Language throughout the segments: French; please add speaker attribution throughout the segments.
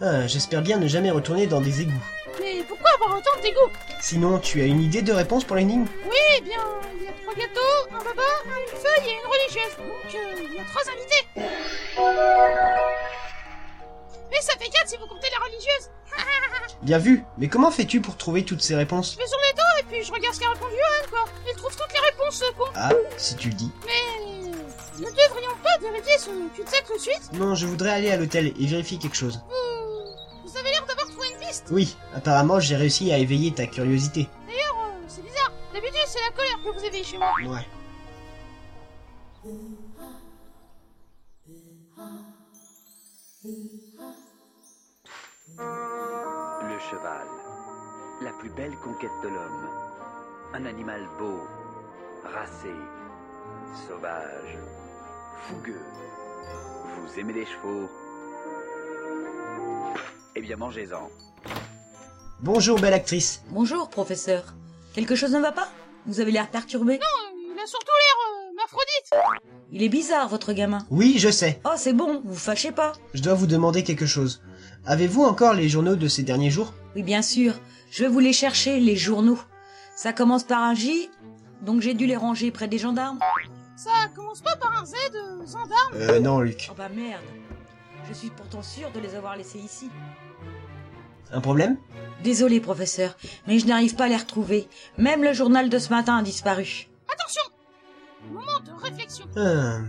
Speaker 1: Euh, j'espère bien ne jamais retourner dans des égouts.
Speaker 2: Mais pourquoi avoir autant d'égouts
Speaker 1: Sinon, tu as une idée de réponse pour l'énigme
Speaker 2: Eh bien, il y a trois gâteaux, un baba, une feuille et une religieuse. Donc, euh, il y a trois invités. Mais ça fait quatre si vous comptez la religieuse.
Speaker 1: Bien vu, mais comment fais-tu pour trouver toutes ces réponses
Speaker 2: Je vais sur les dos et puis je regarde ce qu'a répondu Johan, quoi. Il trouve toutes les réponses, ce con.
Speaker 1: Ah, si tu le dis.
Speaker 2: Mais ne devrions pas vérifier ce cul-de-sac tout de suite
Speaker 1: Non, je voudrais aller à l'hôtel et vérifier quelque chose.
Speaker 2: Vous, vous avez l'air d'avoir trouvé une piste.
Speaker 1: Oui, apparemment j'ai réussi à éveiller ta curiosité.
Speaker 2: D'ailleurs, euh, c'est bizarre. D'habitude, c'est la colère que vous éveillez chez moi. Euh,
Speaker 1: Ouais.
Speaker 3: Le cheval. La plus belle conquête de l'homme. Un animal beau, racé, sauvage, fougueux. Vous aimez les chevaux Eh bien, mangez-en.
Speaker 1: Bonjour belle actrice.
Speaker 4: Bonjour, professeur. Quelque chose ne va pas Vous avez l'air perturbé
Speaker 2: Euh, Il a surtout l'air euh, hermaphrodite.
Speaker 4: Il est bizarre, votre gamin.
Speaker 1: Oui, je sais.
Speaker 4: Oh, c'est bon, vous fâchez pas.
Speaker 1: Je dois vous demander quelque chose. Avez-vous encore les journaux de ces derniers jours
Speaker 4: Oui, bien sûr. Je vais vous les chercher, les journaux. Ça commence par un J, donc j'ai dû les ranger près des gendarmes.
Speaker 2: Ça commence pas par un Z, euh, gendarme.
Speaker 1: Euh non Luc.
Speaker 4: Oh bah merde. Je suis pourtant sûr de les avoir laissés ici.
Speaker 1: Un problème
Speaker 4: Désolé, professeur, mais je n'arrive pas à les retrouver. Même le journal de ce matin a disparu.
Speaker 2: Attention Moment de réflexion.
Speaker 1: Hum,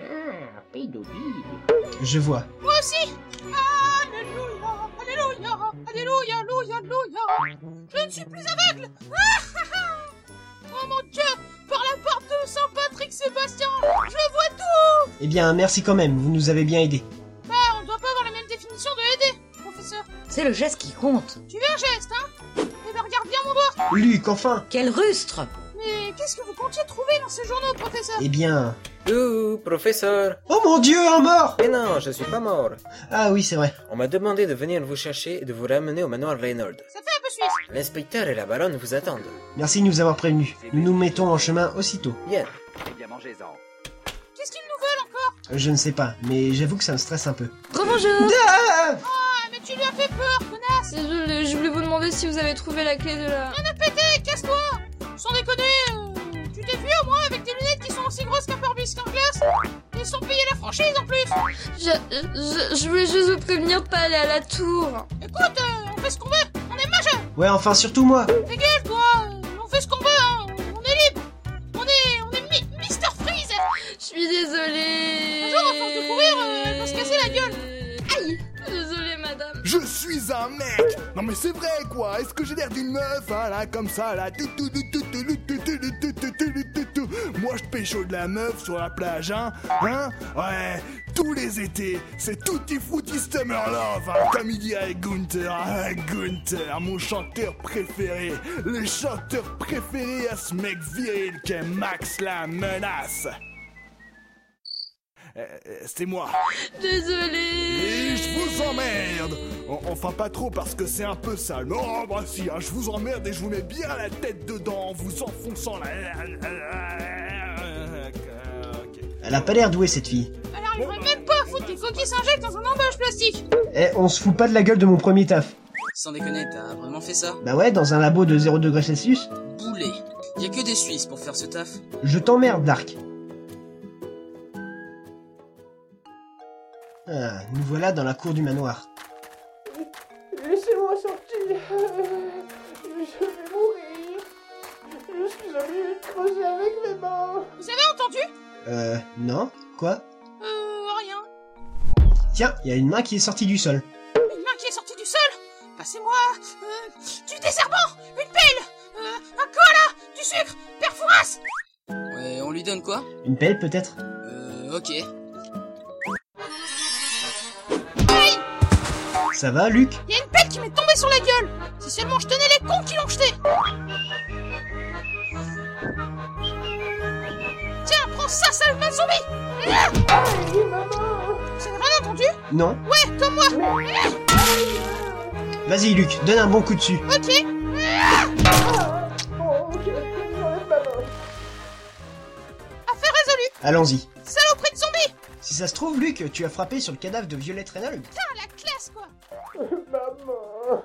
Speaker 5: Ah, pédophile.
Speaker 1: Je vois.
Speaker 2: Moi aussi Alléluia Alléluia Alléluia Alléluia Alléluia Je ne suis plus aveugle Ah, ah, ah. Oh mon dieu Par la porte de Saint-Patrick Sébastien Je vois tout
Speaker 1: Eh bien, merci quand même, vous nous avez bien aidés.
Speaker 2: Bah, on doit pas avoir la même définition de aider, professeur.
Speaker 4: C'est le geste qui compte.
Speaker 2: Tu veux un geste, hein Eh ben regarde bien mon doigt
Speaker 1: Luc, enfin
Speaker 4: Quel rustre
Speaker 2: Mais qu'est-ce que vous comptiez trouver dans ces journaux, professeur
Speaker 1: Eh bien...
Speaker 6: Ouh, professeur
Speaker 1: Oh mon dieu, un mort
Speaker 6: Mais non, je suis pas mort.
Speaker 1: Ah oui, c'est vrai.
Speaker 6: On m'a demandé de venir vous chercher et de vous ramener au manoir Reynolds.
Speaker 2: Ça fait un peu suisse
Speaker 6: L'inspecteur et la baronne vous attendent.
Speaker 1: Merci de nous avoir prévenus. Nous nous mettons en chemin aussitôt.
Speaker 6: Bien.
Speaker 3: Eh bien, mangez-en.
Speaker 2: Qu'est-ce qu'ils nous veulent encore
Speaker 1: Je ne sais pas, mais j'avoue que ça me stresse un peu.
Speaker 7: Rebonjour
Speaker 1: Ah
Speaker 2: Ah, mais tu lui as fait peur, connard
Speaker 7: je, je voulais vous demander si vous avez trouvé la clé de la...
Speaker 2: Eh, casse-toi Sans déconner, euh, tu t'es vu au moins avec des lunettes qui sont aussi grosses qu'un parbisque en glace Et sans payer la franchise en plus
Speaker 7: Je, je, je voulais juste vous prévenir de pas aller à la tour.
Speaker 2: Écoute, euh, on fait ce qu'on veut On est majeur
Speaker 1: Ouais, enfin, surtout moi
Speaker 2: Ta gueule, toi euh, On fait ce qu'on veut, hein On est libre On est... on est mi- Mister Freeze
Speaker 7: Je suis désolée.
Speaker 2: Un jour, à force de courir, euh, elle va se casser la gueule.
Speaker 7: Aïe Désolée, madame.
Speaker 8: Je suis un mec Non mais c'est vrai quoi Est-ce que j'ai l'air d'une meuf hein, là comme ça là Tout, tout, tout, tout, tout, tout, tout, tout, tout, tout, tout, tout, tout. Moi je pécho de la meuf sur la plage hein Hein Ouais Tous les étés C'est tutti frutti summer love hein, Comme il dit avec Gunther hein, Gunther mon chanteur préféré Le chanteur préféré à ce mec viril qu'est Max la menace Euh, euh, C'est moi et
Speaker 7: Désolée.
Speaker 8: je vous emmerde En- Enfin pas trop parce que c'est un peu sale. Mais Oh bah si, hein, je vous emmerde et je vous mets bien la tête dedans en vous enfonçant la... Ok.
Speaker 1: Elle a pas l'air douée, cette fille.
Speaker 2: Elle arriverait même pas à foutre des coquilles s'injectent dans un emballage plastique
Speaker 1: Eh, on se fout pas de la gueule de mon premier taf.
Speaker 9: Sans déconner, t'as vraiment fait ça
Speaker 1: Bah ouais, dans un labo de 0 degré Celsius.
Speaker 9: Boulet Y a que des Suisses pour faire ce taf.
Speaker 1: Je t'emmerde, Dark. Ah, nous voilà dans la cour du manoir.
Speaker 10: Laissez-moi sortir. Je vais mourir. Je suis obligé de creuser avec mes mains.
Speaker 2: Vous avez entendu
Speaker 1: Euh, non Quoi
Speaker 2: Euh... rien.
Speaker 1: Tiens, il y a une main qui est sortie du sol.
Speaker 2: Une main qui est sortie du sol Passez-moi euh, Du desherbant Une pelle euh, Un koala Du sucre Perforas
Speaker 9: Ouais, on lui donne quoi
Speaker 1: Une pelle, peut-être
Speaker 9: Euh, ok.
Speaker 1: Ça va, Luc
Speaker 2: Il y a une pelle qui m'est tombée sur la gueule Si seulement je tenais les cons qui l'ont jetée Tiens, prends ça, sale main de zombie Ah
Speaker 10: Aïe, maman.
Speaker 2: Vous avez rien entendu
Speaker 1: Non
Speaker 2: Ouais, comme moi
Speaker 1: Vas-y, Luc, donne un bon coup dessus.
Speaker 2: Ok
Speaker 10: Ah. Oh, j'ai la tête dans la maman.
Speaker 2: Affaire résolue
Speaker 1: Allons-y.
Speaker 2: Saloperie de zombie
Speaker 1: Si ça se trouve, Luc, tu as frappé sur le cadavre de Violette Reynolds.
Speaker 2: Ah, la classe, quoi quoi
Speaker 10: Maman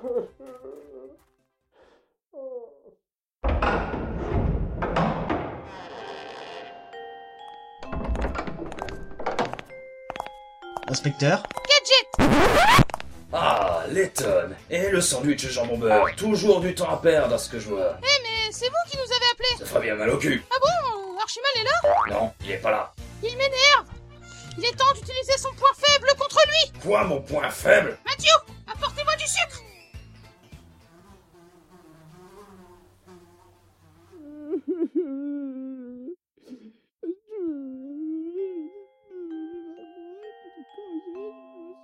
Speaker 1: Inspecteur
Speaker 2: Gadget
Speaker 8: Ah, Letton Et le sandwich jambon beurre Toujours du temps à perdre à ce que je vois.
Speaker 2: Eh mais c'est vous qui nous avez appelés
Speaker 8: Ça ferait bien mal au cul.
Speaker 2: Ah bon Archimal est là
Speaker 8: Non, il est pas là.
Speaker 2: Il m'énerve Il est temps d'utiliser son point faible contre lui
Speaker 8: Quoi, mon point faible
Speaker 2: Mathieu Apportez-moi du sucre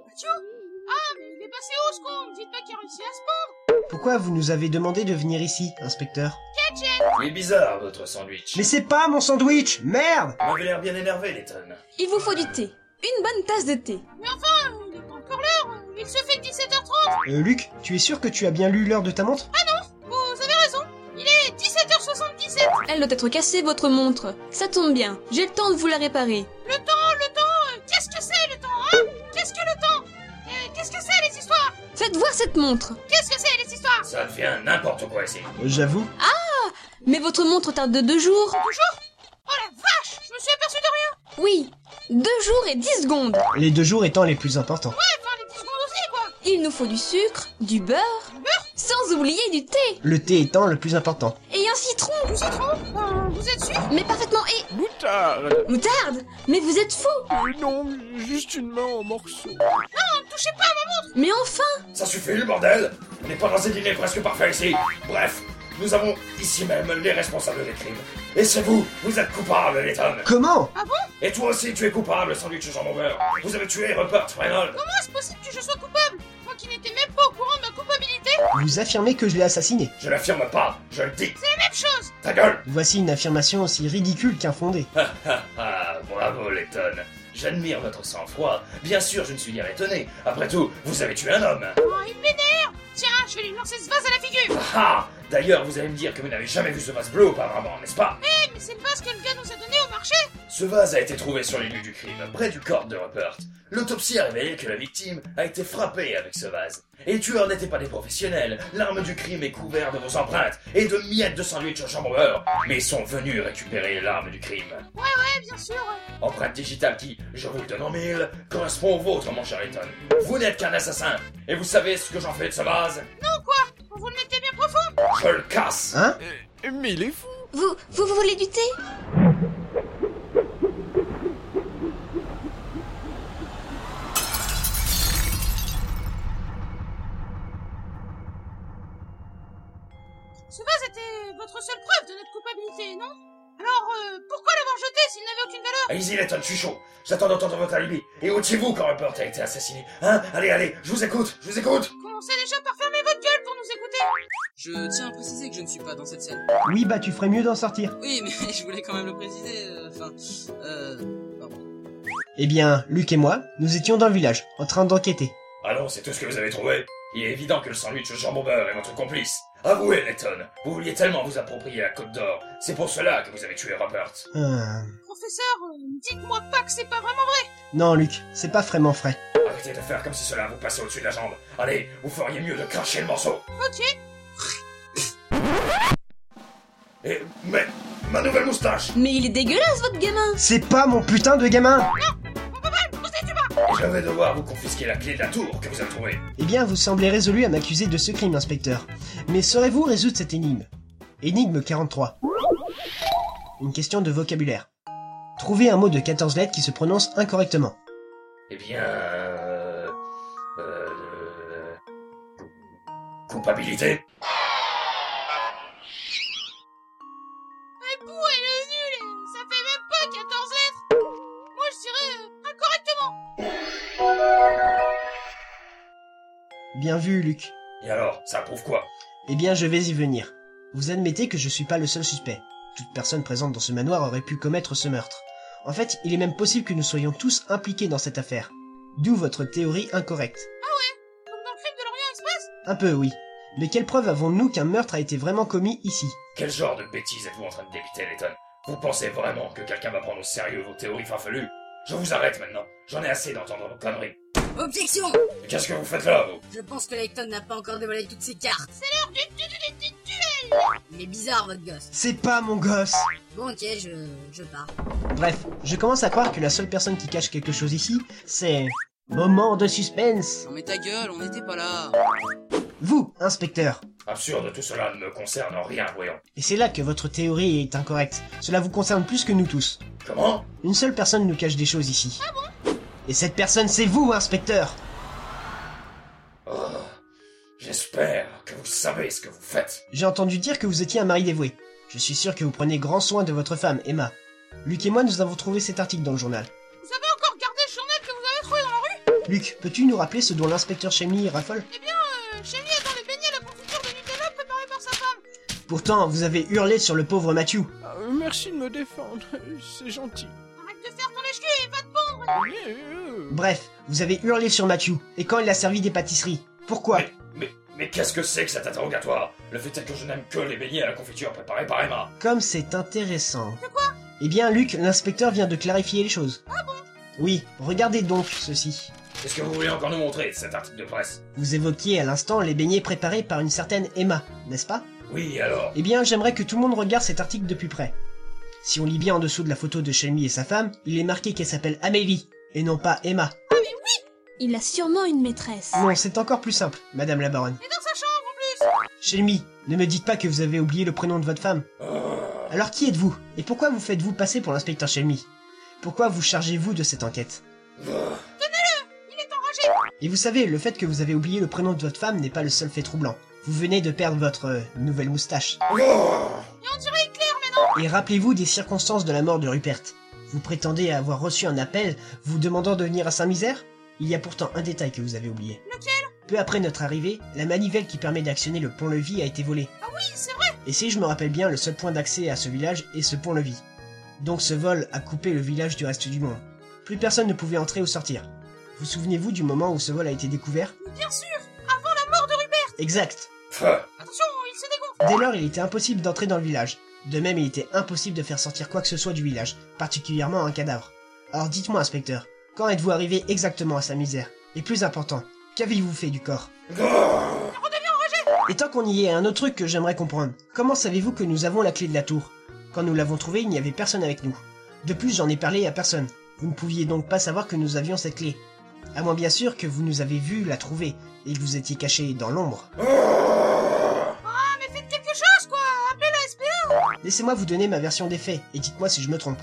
Speaker 2: Mathieu Ah mais il est passé au second Dites pas qu'il a réussi à se pendre
Speaker 1: Pourquoi vous nous avez demandé de venir ici, inspecteur
Speaker 2: Gadget
Speaker 8: Il est bizarre, votre sandwich.
Speaker 1: Mais c'est pas mon sandwich Merde
Speaker 8: Vous avez l'air bien énervé, Letton.
Speaker 7: Il vous faut du thé. Une bonne tasse de thé.
Speaker 2: Mais enfin, il est encore l'heure Il se fait 17h30
Speaker 1: Euh, Luc, tu es sûr que tu as bien lu l'heure de ta montre
Speaker 2: Ah non Vous avez raison Il est 17h77
Speaker 7: Elle doit être cassée, votre montre. Ça tombe bien. J'ai le temps de vous la réparer.
Speaker 2: Le temps, le temps euh, Qu'est-ce que c'est le temps hein Qu'est-ce que le temps Euh, Qu'est-ce que c'est les histoires
Speaker 7: Faites voir cette montre.
Speaker 2: Qu'est-ce que c'est les histoires
Speaker 8: Ça devient n'importe quoi ici.
Speaker 1: Euh, J'avoue.
Speaker 7: Mais votre montre tarde de deux jours.
Speaker 2: Toujours Oh la vache Je me suis aperçu de rien
Speaker 7: Oui. Deux jours et dix secondes.
Speaker 1: Les deux jours étant les plus importants.
Speaker 2: Ouais, enfin les 10 secondes aussi quoi
Speaker 7: Il nous faut du sucre, du beurre, sans oublier du thé
Speaker 1: Le thé étant le plus important.
Speaker 7: et un citron.
Speaker 2: Vous êtes trop Euh, Vous êtes sûr
Speaker 7: Mais parfaitement et
Speaker 11: Moutarde
Speaker 7: moutarde. Mais vous êtes fou.
Speaker 11: Mais non, juste une main en morceaux.
Speaker 2: Ne touchez pas à ma montre
Speaker 7: Mais enfin,
Speaker 8: Ça suffit, le bordel On n'est pas dans un dîner presque parfait ici. Bref, nous avons ici même les responsables des crimes. Et c'est vous, vous êtes coupable, Letton.
Speaker 1: Comment
Speaker 2: Ah bon
Speaker 8: Et toi aussi, tu es coupable, sandwich jambon beurre. Vous avez tué Rupert Reynolds.
Speaker 2: Comment est-ce possible que je sois coupable Moi qui n'étais même pas au courant de ma culpabilité
Speaker 1: Vous affirmez que je l'ai assassiné.
Speaker 8: Je l'affirme pas, je le dis.
Speaker 2: C'est la même chose
Speaker 8: Ta gueule
Speaker 1: Voici une affirmation aussi ridicule qu'infondée.
Speaker 8: Ah ah, bravo, Letton. J'admire votre sang-froid. Bien sûr, je ne suis guère étonné. Après tout, vous avez tué un homme.
Speaker 2: Oh, il m'énerve Tiens, je vais lui lancer ce vase à la figure
Speaker 8: Ah ah D'ailleurs, vous allez me dire que vous n'avez jamais vu ce vase bleu auparavant, n'est-ce pas
Speaker 2: Eh, mais c'est le vase que le gars nous a donné au marché
Speaker 8: Ce vase a été trouvé sur les lieux du crime, près du corps de Rupert. L'autopsie a révélé que la victime a été frappée avec ce vase. Et les tueurs n'étaient pas des professionnels. L'arme du crime est couverte de vos empreintes et de miettes de sandwich au jambon beurre. Mais ils sont venus récupérer l'arme du crime.
Speaker 2: Ouais, bien sûr
Speaker 8: Empreinte digitale qui, je vous le donne en mille, correspond au vôtre, mon cher Ethan. Vous n'êtes qu'un assassin, et vous savez ce que j'en fais de ce vase
Speaker 2: Non, quoi Vous vous le mettez bien profond
Speaker 8: Je le casse
Speaker 1: Hein
Speaker 11: Euh, Mais il est fou
Speaker 7: vous, vous, vous voulez du thé
Speaker 2: Ce vase était votre seule preuve de notre culpabilité, non Alors, euh, pourquoi l'avoir jeté s'il n'avait aucune valeur
Speaker 8: Allez-y, Letton, je suis chaud. J'attends d'entendre votre alibi. Et ôtiez-vous quand Rupert a été assassiné. Hein Allez, allez, je vous écoute, je vous écoute
Speaker 2: Commencez déjà par fermer votre gueule pour nous écouter
Speaker 12: Je tiens à préciser que je ne suis pas dans cette scène.
Speaker 1: Oui, bah tu ferais mieux d'en sortir.
Speaker 12: Oui, mais je voulais quand même le préciser. euh, Enfin, euh, pardon.
Speaker 1: Eh bien, Luc et moi, nous étions dans le village, en train d'enquêter.
Speaker 8: Allons, c'est tout ce que vous avez trouvé Il est évident que le sandwich au jambon beurre est votre complice. Avouez, Letton, vous vouliez tellement vous approprier la Côte d'Or. C'est pour cela que vous avez tué Rupert.
Speaker 1: Hum.
Speaker 2: Professeur, euh, dites-moi pas que c'est pas vraiment vrai
Speaker 1: Non, Luc, c'est pas vraiment vrai.
Speaker 8: Arrêtez de faire comme si cela vous passait au-dessus de la jambe. Allez, vous feriez mieux de cracher le morceau.
Speaker 2: Ok
Speaker 8: Et, mais, ma nouvelle moustache
Speaker 7: Mais il est dégueulasse, votre gamin
Speaker 1: C'est pas mon putain de gamin
Speaker 8: Je vais devoir vous confisquer la clé de la tour que vous avez trouvée.
Speaker 1: Eh bien, vous semblez résolu à m'accuser de ce crime, inspecteur. Mais saurez-vous résoudre cette énigme Énigme 43. Une question de vocabulaire. Trouvez un mot de 14 lettres qui se prononce incorrectement.
Speaker 8: Eh bien... Euh, euh, culpabilité
Speaker 2: Mais bouh, elle est nulle et Ça fait même pas 14 lettres Moi, je dirais euh, incorrectement
Speaker 1: Bien vu, Luc.
Speaker 8: Et alors, ça prouve quoi
Speaker 1: Eh bien, je vais y venir. Vous admettez que je suis pas le seul suspect. Toute personne présente dans ce manoir aurait pu commettre ce meurtre. En fait, il est même possible que nous soyons tous impliqués dans cette affaire. D'où votre théorie incorrececte.
Speaker 12: Ah
Speaker 2: Comme dans le crime de l'Orient Express
Speaker 1: Un peu, oui. Mais quelle preuve avons-nous qu'un meurtre a été vraiment commis ici
Speaker 8: Quel genre de bêtises êtes-vous en train de débiter, Letton Vous pensez vraiment que quelqu'un va prendre au sérieux vos théories farfelues Je vous arrête maintenant. J'en ai assez d'entendre vos conneries.
Speaker 13: Objection
Speaker 8: Qu'est-ce que vous faites là, vous
Speaker 13: Je pense que Layton n'a pas encore dévoilé toutes ses cartes.
Speaker 2: C'est l'heure du, du, du, du duel
Speaker 13: Il est bizarre, votre gosse.
Speaker 1: C'est pas mon gosse
Speaker 13: Bon, ok, je, je pars.
Speaker 1: Bref, je commence à croire que la seule personne qui cache quelque chose ici, c'est... Moment de suspense
Speaker 12: Non mais ta gueule, on n'était pas là
Speaker 1: Vous, inspecteur
Speaker 8: Absurde, tout cela ne me concerne en rien, voyons.
Speaker 1: Et c'est là que votre théorie est incorrecte. Cela vous concerne plus que nous tous.
Speaker 8: Comment
Speaker 1: Une seule personne nous cache des choses ici. Ah bon Et cette personne, c'est vous, inspecteur
Speaker 8: Oh, J'espère que vous savez ce que vous faites.
Speaker 1: J'ai entendu dire que vous étiez un mari dévoué. Je suis sûr que vous prenez grand soin de votre femme, Emma. Luc et moi, nous avons trouvé cet article dans le journal.
Speaker 2: Vous avez encore gardé le journal que vous avez trouvé dans
Speaker 1: la rue Luc, peux-tu nous rappeler ce dont l'inspecteur Chemly raffole
Speaker 2: Eh bien, euh, Chemly est dans les beignets à la confiture de Nutella préparée par sa femme.
Speaker 1: Pourtant, vous avez hurlé sur le pauvre Mathieu.
Speaker 10: Euh, merci de me défendre, c'est gentil.
Speaker 2: Arrête de faire ton lèche et va te pendre
Speaker 10: Mais, euh...
Speaker 1: Bref, vous avez hurlé sur Mathieu, et quand il a servi des pâtisseries. Pourquoi
Speaker 8: Mais, mais, mais qu'est-ce que c'est que cet interrogatoire Le fait est que je n'aime que les beignets à la confiture préparés par Emma.
Speaker 1: Comme c'est intéressant.
Speaker 2: De quoi
Speaker 1: Eh bien, Luc, l'inspecteur vient de clarifier les choses.
Speaker 2: Ah bon
Speaker 1: Oui, regardez donc ceci.
Speaker 8: Qu'est-ce que vous voulez encore nous montrer, cet article de presse
Speaker 1: Vous évoquiez à l'instant les beignets préparés par une certaine Emma, n'est-ce pas
Speaker 8: Oui, alors
Speaker 1: Eh bien, j'aimerais que tout le monde regarde cet article de plus près. Si on lit bien en dessous de la photo de Shelmy et sa femme, il est marqué qu'elle s'appelle Amélie, et non pas Emma.
Speaker 2: Ah mais oui
Speaker 14: Il a sûrement une maîtresse.
Speaker 1: Non, c'est encore plus simple, madame la baronne.
Speaker 2: Et dans sa chambre en plus
Speaker 1: Shelmy, ne me dites pas que vous avez oublié le prénom de votre femme.
Speaker 8: Oh.
Speaker 1: Alors qui êtes-vous Et pourquoi vous faites-vous passer pour l'inspecteur Shelmy Pourquoi vous chargez-vous de cette enquête
Speaker 8: Oh.
Speaker 2: Tenez-le Il est enragé
Speaker 1: Et vous savez, le fait que vous avez oublié le prénom de votre femme n'est pas le seul fait troublant. Vous venez de perdre votre euh, nouvelle moustache.
Speaker 8: Oh.
Speaker 2: Et on dirait Hitler maintenant
Speaker 1: Et rappelez-vous des circonstances de la mort de Rupert. Vous prétendez avoir reçu un appel vous demandant de venir à Saint-Misère Il y a pourtant un détail que vous avez oublié.
Speaker 2: Lequel
Speaker 1: Peu après notre arrivée, la manivelle qui permet d'actionner le pont-levis a été volée.
Speaker 2: Ah oui, c'est vrai
Speaker 1: Et si je me rappelle bien, le seul point d'accès à ce village est ce pont-levis. Donc ce vol a coupé le village du reste du monde. Plus personne ne pouvait entrer ou sortir. Vous souvenez-vous du moment où ce vol a été découvert
Speaker 2: Bien sûr Avant la mort de Rupert
Speaker 1: Exact
Speaker 8: Pfff.
Speaker 2: Attention, il se dégonfle
Speaker 1: Dès lors, il était impossible d'entrer dans le village. De même, il était impossible de faire sortir quoi que ce soit du village, particulièrement un cadavre. Alors dites-moi, inspecteur, quand êtes-vous arrivé exactement à sa misère Et plus important, qu'avez-vous fait du corps
Speaker 8: Oh.
Speaker 2: On redevient enragé
Speaker 1: Et tant qu'on y est, un autre truc que j'aimerais comprendre. Comment savez-vous que nous avons la clé de la tour Quand nous l'avons trouvée, il n'y avait personne avec nous. De plus, j'en ai parlé à personne. Vous ne pouviez donc pas savoir que nous avions cette clé. À moins bien sûr que vous nous avez vu la trouver, et que vous étiez caché dans l'ombre.
Speaker 2: Ah, mais faites quelque chose, quoi Appelez la SPA
Speaker 1: Laissez-moi vous donner ma version des faits et dites-moi si je me trompe.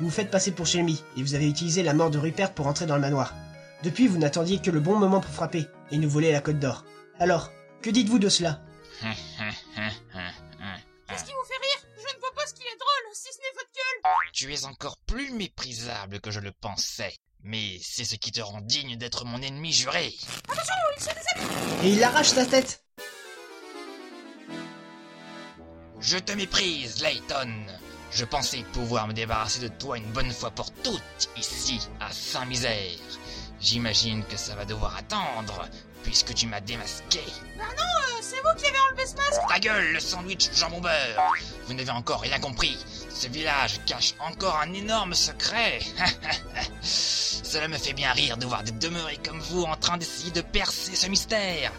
Speaker 1: Vous vous faites passer pour Shelmy et vous avez utilisé la mort de Rupert pour entrer dans le manoir. Depuis, vous n'attendiez que le bon moment pour frapper et nous voler la Côte d'Or. Alors, que dites-vous de cela
Speaker 2: Qu'est-ce qui vous fait rire Je ne vois pas ce qu'il est drôle, si ce n'est votre gueule
Speaker 9: Tu es encore plus méprisable que je le pensais. Mais c'est ce qui te rend digne d'être mon ennemi juré.
Speaker 2: Attention, il se déshabille
Speaker 1: Et il arrache sa tête
Speaker 9: Je te méprise, Layton. Je pensais pouvoir me débarrasser de toi une bonne fois pour toutes ici, à Saint-Misère. J'imagine que ça va devoir attendre, puisque tu m'as démasqué.
Speaker 2: Bah non, euh, c'est vous qui avez enlevé ce masque
Speaker 9: Ta gueule, le sandwich jambon beurre Vous n'avez encore rien compris. Ce village cache encore un énorme secret. Cela me fait bien rire de voir des demeurés comme vous en train d'essayer de percer ce mystère.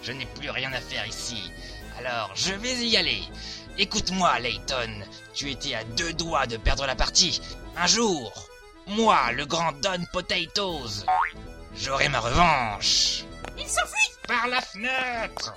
Speaker 9: Je n'ai plus rien à faire ici. Alors, je vais y aller. Écoute-moi, Layton. Tu étais à deux doigts de perdre la partie. Un jour, moi, le grand Don Potatoes, j'aurai ma revanche.
Speaker 2: Il s'enfuit
Speaker 9: Par la fenêtre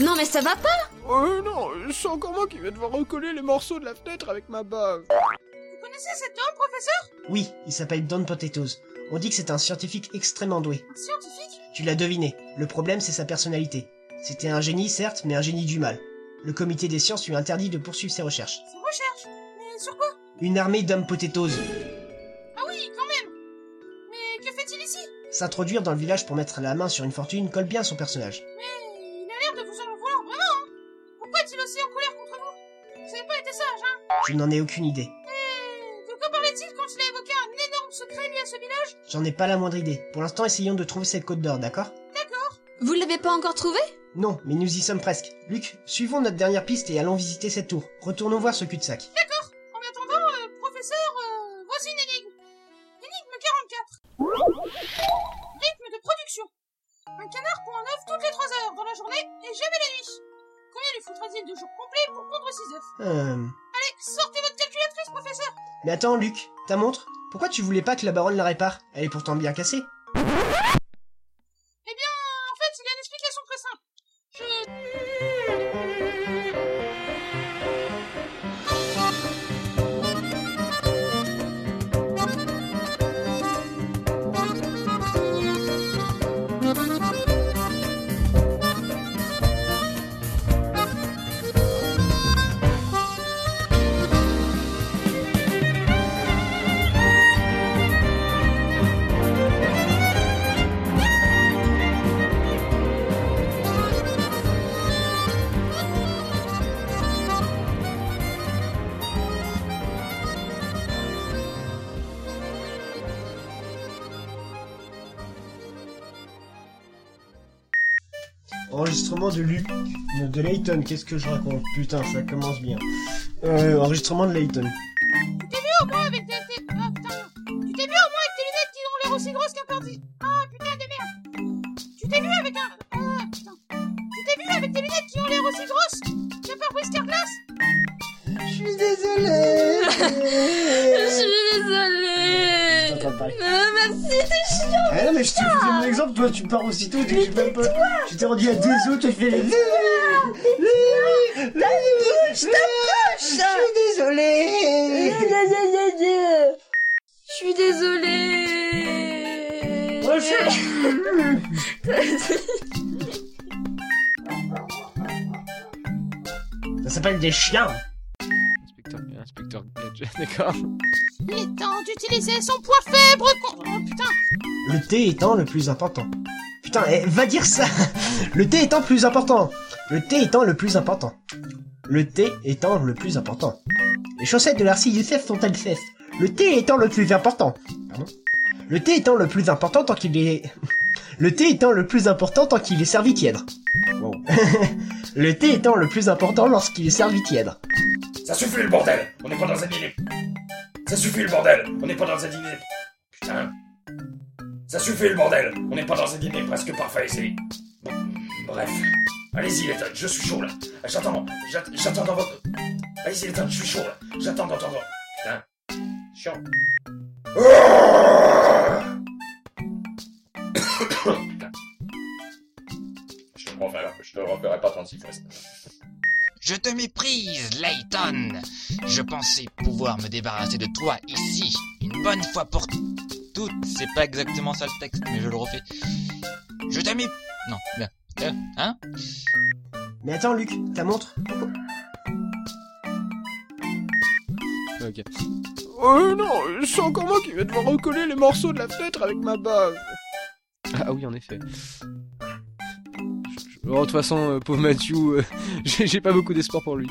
Speaker 14: Non mais ça va pas
Speaker 10: Euh, non, c'est encore moi qui vais devoir recoller les morceaux de la fenêtre avec ma bave.
Speaker 2: Vous connaissez cet homme, professeur
Speaker 1: Oui, il s'appelle Don Potatoes. On dit que c'est un scientifique extrêmement doué.
Speaker 2: Un scientifique
Speaker 1: Tu l'as deviné. Le problème, c'est sa personnalité. C'était un génie, certes, mais un génie du mal. Le comité des sciences lui interdit de poursuivre ses recherches.
Speaker 2: Ses recherches Mais sur quoi
Speaker 1: Une armée d'hommes potatoes.
Speaker 2: Ah oui, quand même Mais que fait-il ici
Speaker 1: S'introduire dans le village pour mettre la main sur une fortune colle bien à son personnage.
Speaker 2: Mais il a l'air de vous en vouloir vraiment hein Pourquoi est-il aussi en colère contre vous Vous n'avez pas été sage, hein
Speaker 1: Je n'en ai aucune idée.
Speaker 2: Et de quoi parlait-il quand il a évoqué un énorme secret lié à ce village
Speaker 1: J'en ai pas la moindre idée. Pour l'instant, essayons de trouver cette côte d'or, d'accord
Speaker 2: D'accord
Speaker 14: Vous l'avez pas encore trouvé
Speaker 1: Non, mais nous y sommes presque. Luc, suivons notre dernière piste et allons visiter cette tour. Retournons voir ce cul-de-sac.
Speaker 2: D'accord En attendant, euh, professeur, euh, voici une énigme Énigme 44
Speaker 1: Euh...
Speaker 2: Allez, sortez votre calculatrice, professeur
Speaker 1: Mais attends, Luc, ta montre Pourquoi tu voulais pas que la baronne la répare Elle est pourtant bien cassée.
Speaker 2: Eh bien, en fait, il y a une explication très simple. Je...
Speaker 1: Enregistrement de Luc. de- De Layton, qu'est-ce que je raconte Putain, ça commence bien. Euh, enregistrement de Layton.
Speaker 2: Tu t'es vu au moins avec des... des- Ah, putain. Tu t'es vu au moins avec des lunettes qui ont l'air aussi grosses qu'un pardi Ah, putain de merde Tu t'es vu avec un... Ah, putain. Tu t'es vu avec des lunettes qui ont l'air aussi grosses qu'un pare-brise glace
Speaker 10: Je suis désolée.
Speaker 7: Désolée.
Speaker 1: T'entends pas.
Speaker 7: Euh, merci, t'es chiant.
Speaker 1: Ah non, mais je te fais mon exemple, toi tu pars aussitôt, tu tu même pas. Tu t'es rendu à deux autres, tu fais les deux.
Speaker 10: Je suis désolée.
Speaker 7: Je suis désolée.
Speaker 1: Ça s'appelle des chiens.
Speaker 15: Inspecteur, inspecteur Gadget, d'accord.
Speaker 2: Il est temps d'utiliser son poids faible contre... Oh, putain
Speaker 1: Le thé étant le plus important. Putain, eh, va dire ça Le thé étant plus important Le thé étant le plus important. Le thé étant le plus important. Les chaussettes de Larcy Youssef sont elles fesses. Le thé étant le plus important. Pardon Le thé étant le plus important tant qu'il est... Le thé étant le plus important tant qu'il est servi tiède. le thé étant le plus important lorsqu'il est servi tiède.
Speaker 8: Ça suffit le bordel On n'est pas dans un dîner Ça suffit le bordel On n'est pas dans un dîner Putain Ça suffit le bordel On n'est pas dans un dîner presque parfait ici Bon, Bref. Allez-y les tonnes, je suis chaud là J'attends, j'att- j'attends dans votre... Allez-y les tonnes, je suis chaud là J'attends d'entendre... Putain. Chiant. Putain. Je te referai, je te referai pas 36 fois ça.
Speaker 9: Je te méprise, Layton. Je pensais pouvoir me débarrasser de toi ici, une bonne fois pour toutes. C'est pas exactement ça le texte, mais je le refais. Je te méprise... Non, bien. Euh, hein
Speaker 1: Mais attends Luc, ta montre
Speaker 15: Ok.
Speaker 10: Oh non, c'est encore moi qui vais devoir recoller les morceaux de la fenêtre avec ma bave.
Speaker 15: Ah oui, en effet. Je- je- Bon, de toute façon, euh, pauvre Mathieu, euh, j'ai j'ai pas beaucoup d'espoir pour lui.